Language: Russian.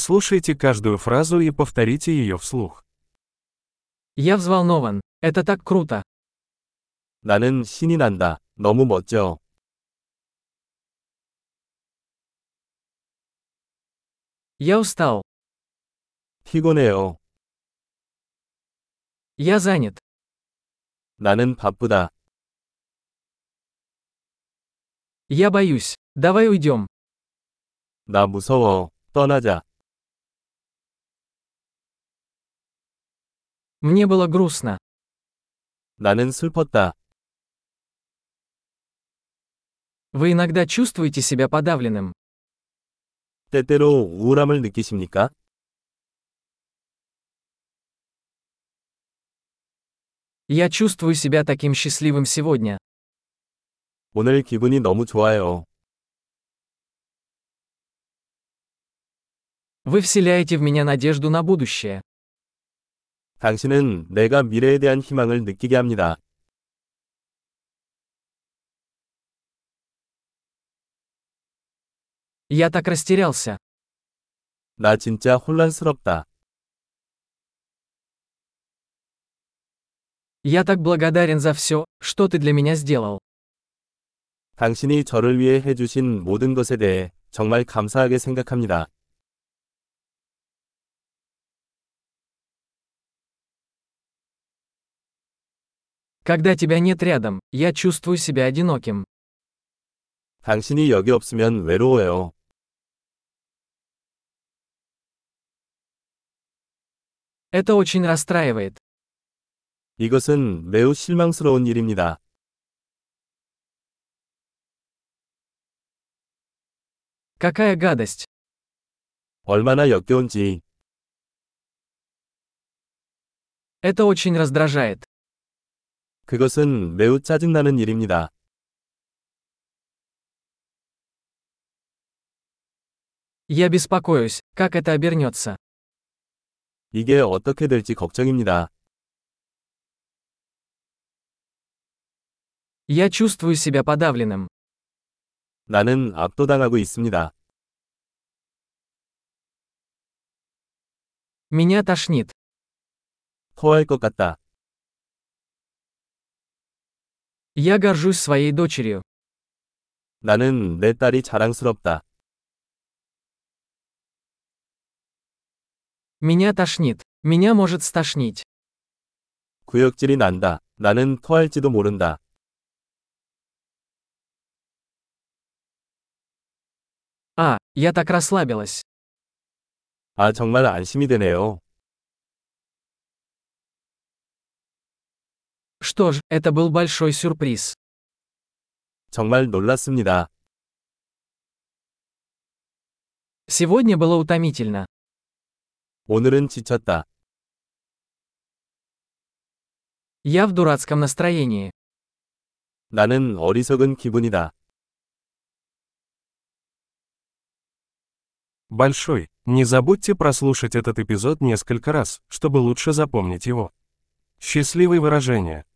Прослушайте каждую фразу и повторите ее вслух. Я взволнован. Это так круто. 나는 신이 난다. 너무 멋져. Я устал. 피곤해요. Я занят. 나는 바쁘다. Я боюсь. Давай уйдем. 나 무서워. 떠나자. Мне было грустно. 나는 슬펐다. Вы иногда чувствуете себя подавленным. 때때로 우울함을 느끼십니까? Я чувствую себя таким счастливым сегодня. 오늘 기분이 너무 좋아요. Вы вселяете в меня надежду на будущее. 당신은 내가 미래에 대한 희망을 느끼게 합니다. Я так растерялся. 나 진짜 혼란스럽다. Я так благодарен за все, что ты для меня сделал. 당신이 저를 위해 해주신 모든 것에 대해 정말 감사하게 생각합니다. Когда тебя нет рядом, я чувствую себя одиноким. 당신이 여기 없으면 외로워요. Это очень расстраивает. 이것은 매우 실망스러운 일입니다. Какая гадость. 얼마나 역겨운지. Это очень раздражает. 그것은 매우 짜증나는 일입니다. Я беспокоюсь, как это обернется. 이게 어떻게 될지 걱정입니다. Я чувствую себя подавленным. 나는 압도당하고 있습니다. Меня тошнит. 토할 것 같다. Я горжусь своей дочерью. 나는 내 딸이 자랑스럽다. Меня тошнит. Меня может стошнить. 구역질이 난다. 나는 토할지도 모른다. А, я так расслабилась. 아, 정말 안심이 되네요. Что ж, это был большой сюрприз. 정말 놀랐습니다. Сегодня было утомительно. 오늘은 지쳤다. Я в дурацком настроении. 나는 어리석은 기분이다. Большой. Не забудьте прослушать этот эпизод несколько раз, чтобы лучше запомнить его. Счастливые выражения.